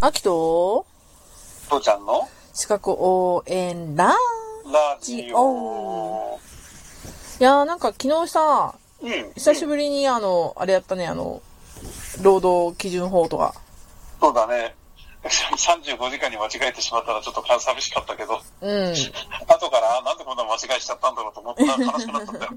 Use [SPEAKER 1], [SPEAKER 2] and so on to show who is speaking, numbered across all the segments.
[SPEAKER 1] アキト
[SPEAKER 2] 父ちゃんの
[SPEAKER 1] 資格応援ラン
[SPEAKER 2] ラジオ。
[SPEAKER 1] いやーなんか昨日さ、
[SPEAKER 2] うん。
[SPEAKER 1] 久し
[SPEAKER 2] ぶり。
[SPEAKER 1] ぶりにあの、あれやったね、あの、労働基準法とか。
[SPEAKER 2] そうだね。35時間に間違えてしまったらちょっと寂しかったけど、
[SPEAKER 1] うん。
[SPEAKER 2] 後からあなんでこんな間違えしちゃったんだろうと思ったら悲しくなったんだよ。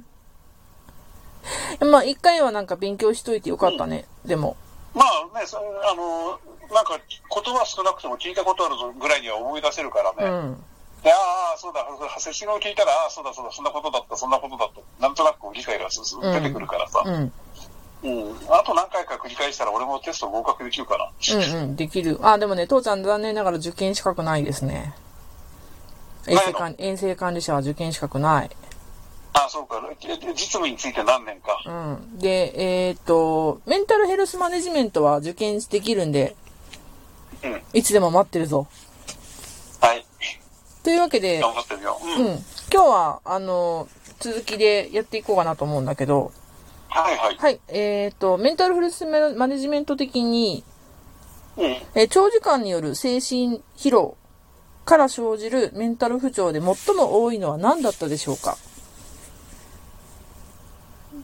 [SPEAKER 1] まあ一回はなんか勉強しといてよかったね、でも。
[SPEAKER 2] まあね、それあの、なんか言葉少なくても聞いたことあるぞぐらいには思い出せるから
[SPEAKER 1] う
[SPEAKER 2] ね。
[SPEAKER 1] ん。
[SPEAKER 2] でああ、そうだ、セシのを聞いたら、ああ、そうだ、そうだ、そんなことだった、そんなことだった。なんとなく理解がすす出てくるからさ。
[SPEAKER 1] うん。うん
[SPEAKER 2] うん。あと何回か繰り返したら俺もテスト合格できるかな。
[SPEAKER 1] うん、できる。あ、でもね、父ちゃん残念ながら受験資格ないですね。衛生管衛生管理者は受験資格ない。
[SPEAKER 2] ああ、そうか。え実務について何年か。
[SPEAKER 1] うん。で、えーっと、メンタルヘルスマネジメントは受験できるんで、
[SPEAKER 2] うん。
[SPEAKER 1] いつでも待ってるぞ。
[SPEAKER 2] はい。
[SPEAKER 1] というわけで、
[SPEAKER 2] 頑張ってみよう。う。
[SPEAKER 1] うんん。今日は、あの、続きでやっていこうかなと思うんだけど、
[SPEAKER 2] はいはい。
[SPEAKER 1] はい。えーっと、メンタルヘルスマネジメント的に、
[SPEAKER 2] うん。
[SPEAKER 1] えー長時間による精神疲労から生じるメンタル不調で最も多いのは何だったでしょうか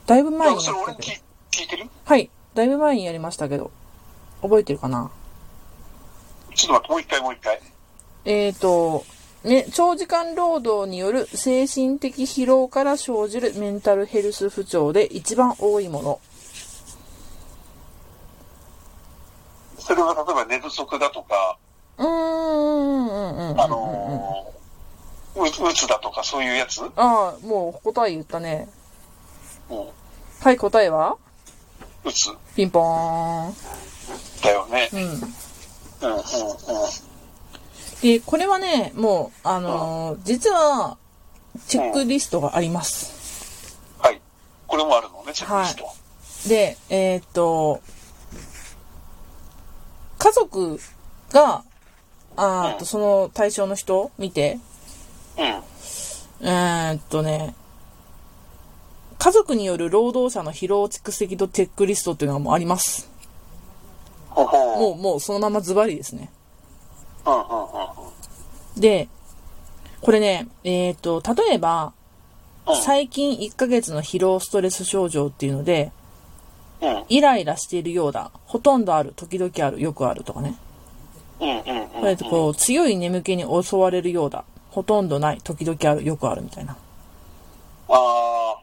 [SPEAKER 1] だいぶ前
[SPEAKER 2] でも
[SPEAKER 1] に
[SPEAKER 2] そ
[SPEAKER 1] や
[SPEAKER 2] れ
[SPEAKER 1] っ
[SPEAKER 2] 俺
[SPEAKER 1] た
[SPEAKER 2] に
[SPEAKER 1] けど
[SPEAKER 2] 聞聞いてる
[SPEAKER 1] はい。だいぶ前にやりましたけど、覚えてるかな
[SPEAKER 2] ちょっと待って、もう一回もう一回。
[SPEAKER 1] えー、と、ね、長時間労働による精神的疲労から生じるメンタルヘルス不調で一番多いもの。
[SPEAKER 2] それは例えば寝不足だとか、
[SPEAKER 1] うーん、うん、うんうん。
[SPEAKER 2] あのー、ううつだとかそういうやつうん。
[SPEAKER 1] ああ、もう答え言ったね。はい、答えは
[SPEAKER 2] うつ
[SPEAKER 1] ピンポーン。
[SPEAKER 2] だよね。
[SPEAKER 1] うん。
[SPEAKER 2] うんうんうん。
[SPEAKER 1] で、これはね、もう、あのー実は、チェックリストがあります。
[SPEAKER 2] はい。これもあるのね、チェックリスト。
[SPEAKER 1] で、えーっと、家族が、あーっと、その対象の人見て、
[SPEAKER 2] うん。
[SPEAKER 1] えーっとね、家族による労働者の疲労蓄積度チェックリストっていうのがもうあります。
[SPEAKER 2] ほほう。
[SPEAKER 1] もう、もうそのままズバリですね。
[SPEAKER 2] うんうん
[SPEAKER 1] で、これね、えーっと、例えば、最近1ヶ月の疲労ストレス症状っていうので、
[SPEAKER 2] うんうん。
[SPEAKER 1] イライラしているようだ。ほとんどある。時々ある。よくあるとかね。
[SPEAKER 2] うんうんうん
[SPEAKER 1] こ
[SPEAKER 2] うん。
[SPEAKER 1] れこう、強い眠気に襲われるようだ。ほとんどない。時々ある。よくあるみたいな。
[SPEAKER 2] あ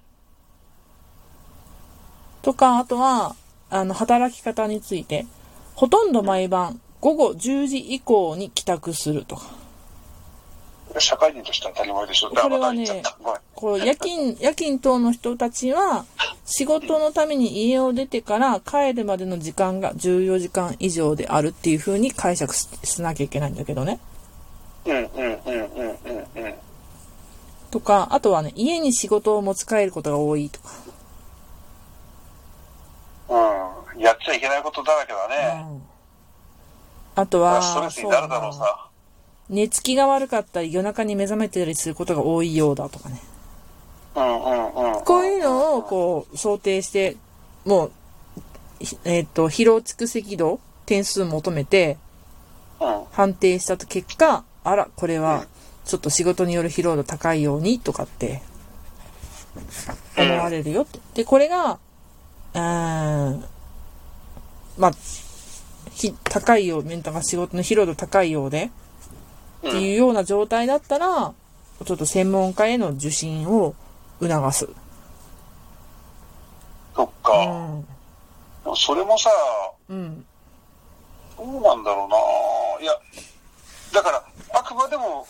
[SPEAKER 1] とか、あとは、あの、働き方について、ほとんど毎晩、午後10時以降に帰宅するとか。
[SPEAKER 2] あ、社会人としては当たり前でしょ。
[SPEAKER 1] これは
[SPEAKER 2] だまだ言
[SPEAKER 1] ね
[SPEAKER 2] っちゃった。ごめん。
[SPEAKER 1] こう、夜勤、夜勤等の人たちは、仕事のために家を出てから帰るまでの時間が14時間以上であるっていう風に解釈ししなきゃいけないんだけどね。
[SPEAKER 2] うんうんうんうんうんうん。
[SPEAKER 1] とか、あとはね、家に仕事を持ち帰ることが多いとか。
[SPEAKER 2] うん、やっちゃいけないことだらけだね。
[SPEAKER 1] あと
[SPEAKER 2] ま
[SPEAKER 1] は
[SPEAKER 2] あ、ストレスになるだろう
[SPEAKER 1] そうだな
[SPEAKER 2] さ。
[SPEAKER 1] 寝つきが悪かったり、夜中に目覚めてたりすることが多いようだとかね。
[SPEAKER 2] うんうんうん。
[SPEAKER 1] こういうのを、こう、想定して、もう、ひえっ、と、疲労蓄積度、点数求めて、
[SPEAKER 2] うん。
[SPEAKER 1] 判定したと結果、あら、これは、ちょっと仕事による疲労度高いように、とかって、思われるよって。で、これが、うーん、まあ、ひ、高いよう、メンタが仕事の疲労度高いようで、っていうような状態だったら、ちょっと専門家への受診を促す。
[SPEAKER 2] そっ
[SPEAKER 1] う
[SPEAKER 2] か。
[SPEAKER 1] ん。
[SPEAKER 2] それもさ、
[SPEAKER 1] うん。
[SPEAKER 2] どうなんだろうな。いや、だから、あくまでも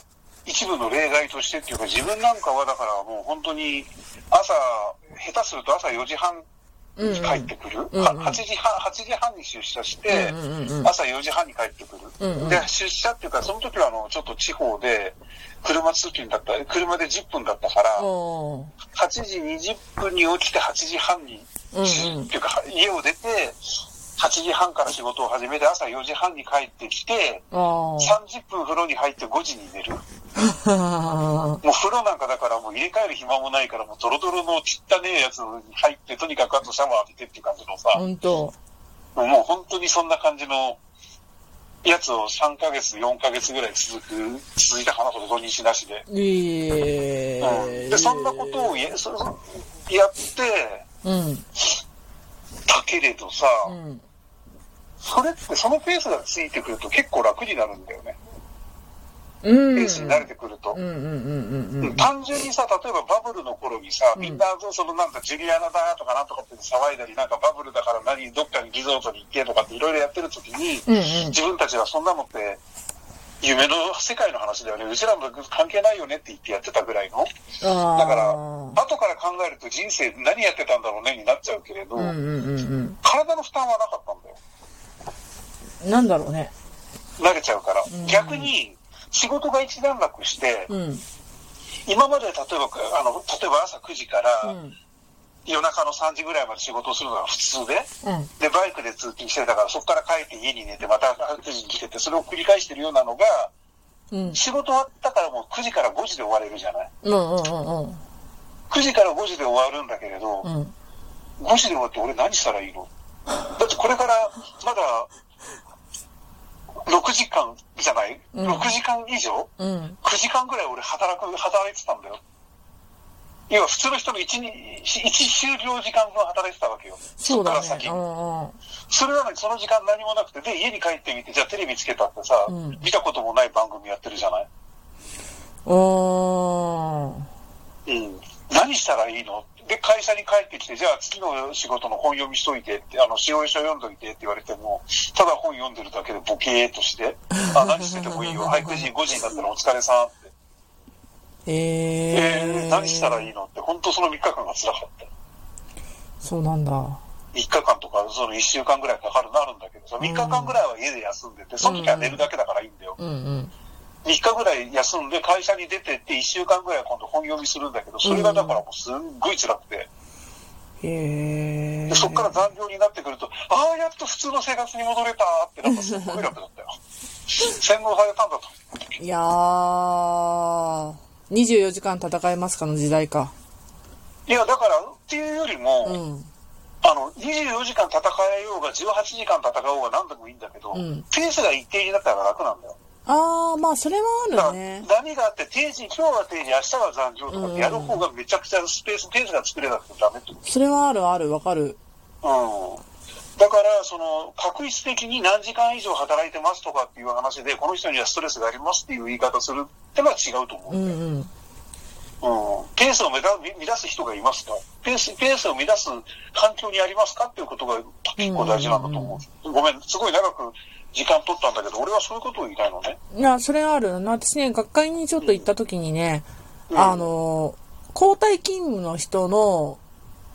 [SPEAKER 2] 一部の例外としてっていうか、自分なんかはだからもう本当に、朝、下手すると朝4時半
[SPEAKER 1] うんうん
[SPEAKER 2] に帰ってくる。
[SPEAKER 1] うんうん
[SPEAKER 2] は8時半、八時半に出社して、
[SPEAKER 1] うんうんうんうん
[SPEAKER 2] 朝4時半に帰ってくる。
[SPEAKER 1] うんうん
[SPEAKER 2] で、出社っていうか、その時はあの、ちょっと地方で、車通勤だった、車で10分だったから、
[SPEAKER 1] おー
[SPEAKER 2] 8時20分に起きて8時半に、
[SPEAKER 1] うんうん
[SPEAKER 2] っていうか家を出て、8時半から仕事を始めて朝4時半に帰ってきて、
[SPEAKER 1] あ
[SPEAKER 2] 30分風呂に入って5時に寝る。も
[SPEAKER 1] あ。
[SPEAKER 2] う風呂なんかだからもう入れ替える暇もないからもうドロドロのちったねえやつに入ってとにかくあとシャワー浴びてっていう感じのさ、
[SPEAKER 1] ほんと。
[SPEAKER 2] もう本当にそんな感じのやつを3ヶ月、4ヶ月ぐらい続く、続いたかな、ほど土日なしで。
[SPEAKER 1] え
[SPEAKER 2] うん、で、そんなことをやそやって
[SPEAKER 1] うん、
[SPEAKER 2] たけれどさ、
[SPEAKER 1] うん。
[SPEAKER 2] それってそのペースがついてくると結構楽になるんだよね。
[SPEAKER 1] うん。
[SPEAKER 2] ペースに慣れてくると
[SPEAKER 1] う。んうんうんうんう
[SPEAKER 2] うんん。単純にさ、例えばバブルの頃にさ、みんな、そのなんかジュリアナだとかなんとかって騒いだり、なんかバブルだから何、どっかにリゾートに行ってとかっていろいろやってる時に、
[SPEAKER 1] うんうん
[SPEAKER 2] 自分たちはそんなのって、夢の世界の話だよね。うちらの関係ないよねって言ってやってたぐらいの。
[SPEAKER 1] あー
[SPEAKER 2] だから、後から考えると人生何やってたんだろうねになっちゃうけれど、
[SPEAKER 1] うんうんうん
[SPEAKER 2] 体の負担はなかったんだよ。
[SPEAKER 1] うん。なんだろうね。
[SPEAKER 2] 慣れちゃうから。逆に、仕事が一段落して、
[SPEAKER 1] うん。
[SPEAKER 2] 今まで例えば、あの、例えば朝9時か
[SPEAKER 1] う
[SPEAKER 2] ら
[SPEAKER 1] ん。
[SPEAKER 2] 夜中の3時ぐらいまで仕事をするのが普通で、
[SPEAKER 1] うん。
[SPEAKER 2] で、バイクで通勤してたから、そこから帰って家に寝て、また9時に来てて、それを繰り返してるようなのが、
[SPEAKER 1] うん。
[SPEAKER 2] 仕事終わったからもう9時から5時で終われるじゃない。
[SPEAKER 1] うんうんうんうん。
[SPEAKER 2] 9時から5時で終わるんだけれど、
[SPEAKER 1] うん。
[SPEAKER 2] 5時で終わって俺何したらいいのだってこれからまだ6時間じゃない、
[SPEAKER 1] うん
[SPEAKER 2] ?6 時間以上
[SPEAKER 1] うん。
[SPEAKER 2] ?9 時間ぐらい俺働く、働いてたんだよ。要は普通の人の 1, 日1終了時間分働いてたわけよ。
[SPEAKER 1] そうだ
[SPEAKER 2] っから
[SPEAKER 1] ね。
[SPEAKER 2] 先
[SPEAKER 1] うんうん。
[SPEAKER 2] それなのにその時間何もなくて、で、家に帰ってみて、じゃあテレビつけたってさ、
[SPEAKER 1] うん
[SPEAKER 2] 見たこともない番組やってるじゃない
[SPEAKER 1] おー。
[SPEAKER 2] うん、何したらいいので、会社に帰ってきて、じゃあ次の仕事の本読みしといてって、あの、使用書読んどいてって言われても、ただ本読んでるだけでボケーっ として、あ、何しててもいいよ。はい、9時、5時になったらお疲れさんって。
[SPEAKER 1] え
[SPEAKER 2] え
[SPEAKER 1] ー。
[SPEAKER 2] ー、何したらいいのって、本当その3日間が辛かった。
[SPEAKER 1] そうなんだ。
[SPEAKER 2] 3日間とか、その1週間ぐらいかかるなるんだけどさ、3日間ぐらいは家で休んでて、その時は寝るだけだからいいんだよ。
[SPEAKER 1] うんうん。
[SPEAKER 2] 3日ぐらい休んで会社に出てって、1週間ぐらい今度本読みするんだけど、それがだからもうすんごい辛くて。
[SPEAKER 1] えー。
[SPEAKER 2] でそこから残業になってくると、ああ、やっと普通の生活に戻れたって、なんかすごい楽だったよ。戦後生えたんだと。
[SPEAKER 1] いやー。24時間戦えますかの時代か。
[SPEAKER 2] いや、だから、っていうよりも、
[SPEAKER 1] うん。
[SPEAKER 2] あの、24時間戦えようが、18時間戦おうが何でもいいんだけど、
[SPEAKER 1] うん
[SPEAKER 2] ペースが一定になったら楽なんだよ。
[SPEAKER 1] あー、まあ、それは
[SPEAKER 2] だか
[SPEAKER 1] あ
[SPEAKER 2] ら
[SPEAKER 1] るね。
[SPEAKER 2] 波があって、定時、今日は定時、明日は残業とかってやる方がめちゃくちゃスペース、ペースが作れなくてダメってこと。
[SPEAKER 1] それはあるある、わかる。
[SPEAKER 2] うんだから、その、確率的に何時間以上働いてますとかっていう話で、この人にはストレスがありますっていう言い方するってのは違うと思う
[SPEAKER 1] う。んうん。
[SPEAKER 2] うんペースを目だ乱す人がいますかペース、ペースを乱す環境にありますかっていうことが結構大事なんだと思う。ごめん、すごい長く時間取ったんだけど、俺はそういうことを言いたいのね。
[SPEAKER 1] いや、それはあるな。私ね、学会にちょっと行った時にね、
[SPEAKER 2] うん
[SPEAKER 1] あの、交代勤務の人の、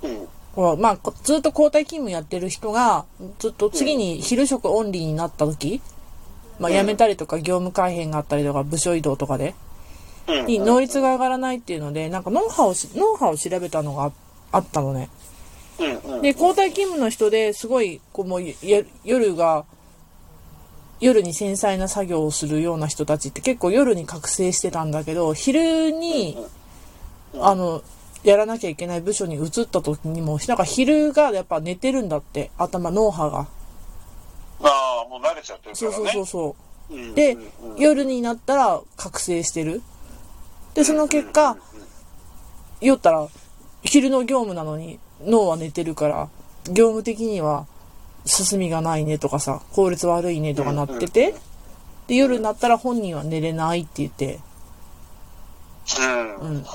[SPEAKER 2] うん。
[SPEAKER 1] こうまあ、こずっと交代勤務やってる人が、ずっと次に昼食オンリーになった時、まあ、辞めたりとか、業務改変があったりとか、部署移動とかで、
[SPEAKER 2] うん。
[SPEAKER 1] に能率が上がらないっていうので、なんかノウハウをし、ノウハウを調べたのがああったのね。
[SPEAKER 2] うん。うん。
[SPEAKER 1] で、交代勤務の人ですごい、こう、もう、や夜が、夜に繊細な作業をするような人たちって結構夜に覚醒してたんだけど、昼に、あの、やらなきゃいけない部署に移った時にも、なんか昼がやっぱ寝てるんだって、頭、脳波が。
[SPEAKER 2] まあ、もう慣れちゃってるか
[SPEAKER 1] そう
[SPEAKER 2] ら
[SPEAKER 1] そう
[SPEAKER 2] ね。
[SPEAKER 1] そうそう。
[SPEAKER 2] うん
[SPEAKER 1] で
[SPEAKER 2] うん、
[SPEAKER 1] 夜になったら覚醒してる。で、その結果、酔ったら、昼の業務なのに脳は寝てるから、業務的には進みがないねとかさ、効率悪いねとかなってて、で、夜になったら本人は寝れないって言って、
[SPEAKER 2] うん。
[SPEAKER 1] うん、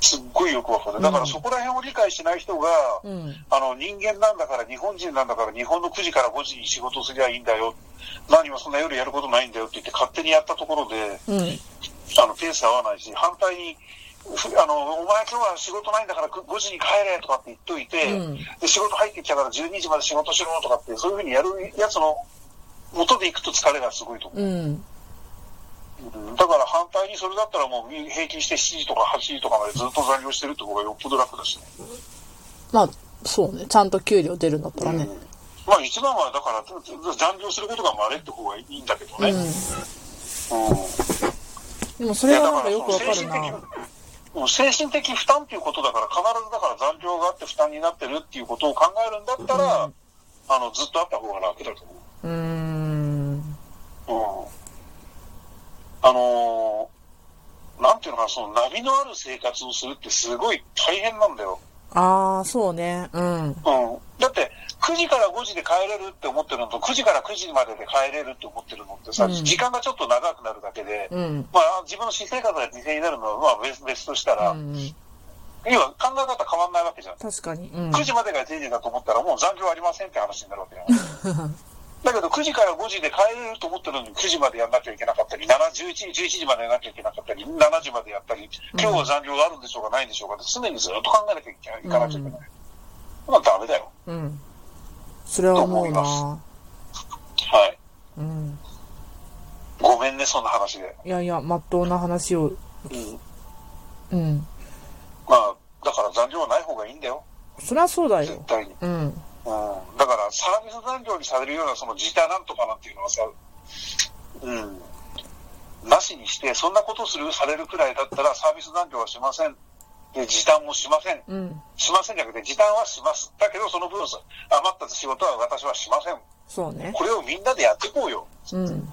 [SPEAKER 2] すっごいよくわかる。だからそこら辺を理解しない人が、
[SPEAKER 1] うん、
[SPEAKER 2] あの、人間なんだから、日本人なんだから、日本の9時から5時に仕事すりゃいいんだよ。何もそんな夜やることないんだよって言って勝手にやったところで、
[SPEAKER 1] うん、
[SPEAKER 2] あの、ペース合わないし、反対に、ふあの、お前今日は仕事ないんだからく5時に帰れとかって言っといて、
[SPEAKER 1] うん
[SPEAKER 2] で仕事入ってきたから12時まで仕事しろとかって、そういうふうにやるやつの元で行くと疲れがすごいと思
[SPEAKER 1] うん、
[SPEAKER 2] う。うんだから反対にそれだったらもう平均して7時とか8時とかまでずっと残業してるって方がよっぽど楽だしね。
[SPEAKER 1] まあ、そうね、ちゃんと給料出るんだったらね。
[SPEAKER 2] まあ一番はだから残業することがまれって方がいいんだけどね。うん
[SPEAKER 1] でもそ
[SPEAKER 2] い
[SPEAKER 1] れ
[SPEAKER 2] や
[SPEAKER 1] はなん
[SPEAKER 2] だか
[SPEAKER 1] からよくわ
[SPEAKER 2] そ
[SPEAKER 1] か
[SPEAKER 2] の精
[SPEAKER 1] る
[SPEAKER 2] 神的
[SPEAKER 1] な。
[SPEAKER 2] うん精神的負担っていうことだから、必ずだから残業があって負担になってるっていうことを考えるんだったら、あの、ずっとあった方が楽だと思う。
[SPEAKER 1] うーん、
[SPEAKER 2] あのーなんていうのかな、その波のある生活をするってすごい大変なんだよ。
[SPEAKER 1] ああ、そうね。うん。
[SPEAKER 2] うん。だって、9時から5時で帰れるって思ってるのと、9時から9時までで帰れるって思ってるのってさ、
[SPEAKER 1] うん
[SPEAKER 2] 時間がちょっと長くなるだけで、
[SPEAKER 1] うん。
[SPEAKER 2] まあ、自分の私生活が犠牲になるのは、まあ別、別とした
[SPEAKER 1] う
[SPEAKER 2] ら、
[SPEAKER 1] ん。
[SPEAKER 2] 要は考え方変わんないわけじゃん。
[SPEAKER 1] 確かに。うん。
[SPEAKER 2] 9時までが定時だと思ったらもう残業ありませんって話になるわけよ。 だけど9時から5時で帰れると思ってるのに9時までやんなきゃいけなかったり、7 11時、11時までやんなきゃいけなかったり、7時までやったり、今日は残業があるんでしょうか、ないんでしょうかって常にずっと考えなきゃいけない、いかなきゃいけない。まあダメだよ。
[SPEAKER 1] うん。それは思う
[SPEAKER 2] と
[SPEAKER 1] な
[SPEAKER 2] 思。はい。
[SPEAKER 1] うん。
[SPEAKER 2] ごめんね、そんな話で。
[SPEAKER 1] いやいや、まっとうな話を。
[SPEAKER 2] うん。
[SPEAKER 1] うん。
[SPEAKER 2] まあ、だから残業はない方がいいんだよ。
[SPEAKER 1] そりゃそうだ
[SPEAKER 2] 絶
[SPEAKER 1] よ。
[SPEAKER 2] 対に。
[SPEAKER 1] うん。
[SPEAKER 2] うんだからサービス残業にされるようなその時短なんとかなんていうのはさ、うん、なしにして、そんなことする、されるくらいだったらサービス残業はしません。で、時短もしません。
[SPEAKER 1] うん。
[SPEAKER 2] しませんじゃなくて、時短はします。だけど、その分、さ余った仕事は私はしません。
[SPEAKER 1] そうね。
[SPEAKER 2] これをみんなでやっていこうよ。
[SPEAKER 1] うん。
[SPEAKER 2] うん、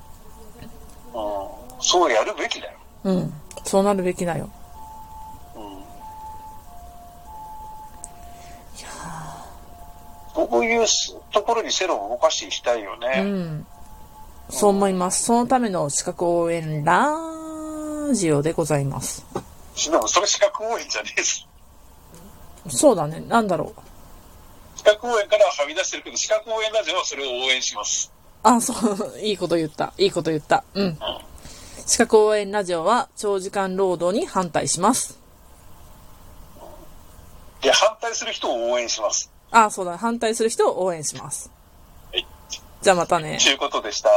[SPEAKER 2] そうやるべきだよ。
[SPEAKER 1] うん。そうなるべきだよ。
[SPEAKER 2] こういうところにセロを動かしていきたいよね。
[SPEAKER 1] うん。そう思います。そのための資格応援ラジオでございます。
[SPEAKER 2] でも、それ資格応援じゃねえし。
[SPEAKER 1] そうだね。なんだろう。
[SPEAKER 2] 資格応援からははみ出してるけど、資格応援ラジオはそれを応援します。
[SPEAKER 1] あ、そう。 いいこと言った。いいこと言った。うん。資格応援ラジオは長時間労働に反対します。
[SPEAKER 2] で、反対する人を応援します。
[SPEAKER 1] あ、そうだ。反対する人を応援します。
[SPEAKER 2] はい。
[SPEAKER 1] じゃあまたね。
[SPEAKER 2] ということでした。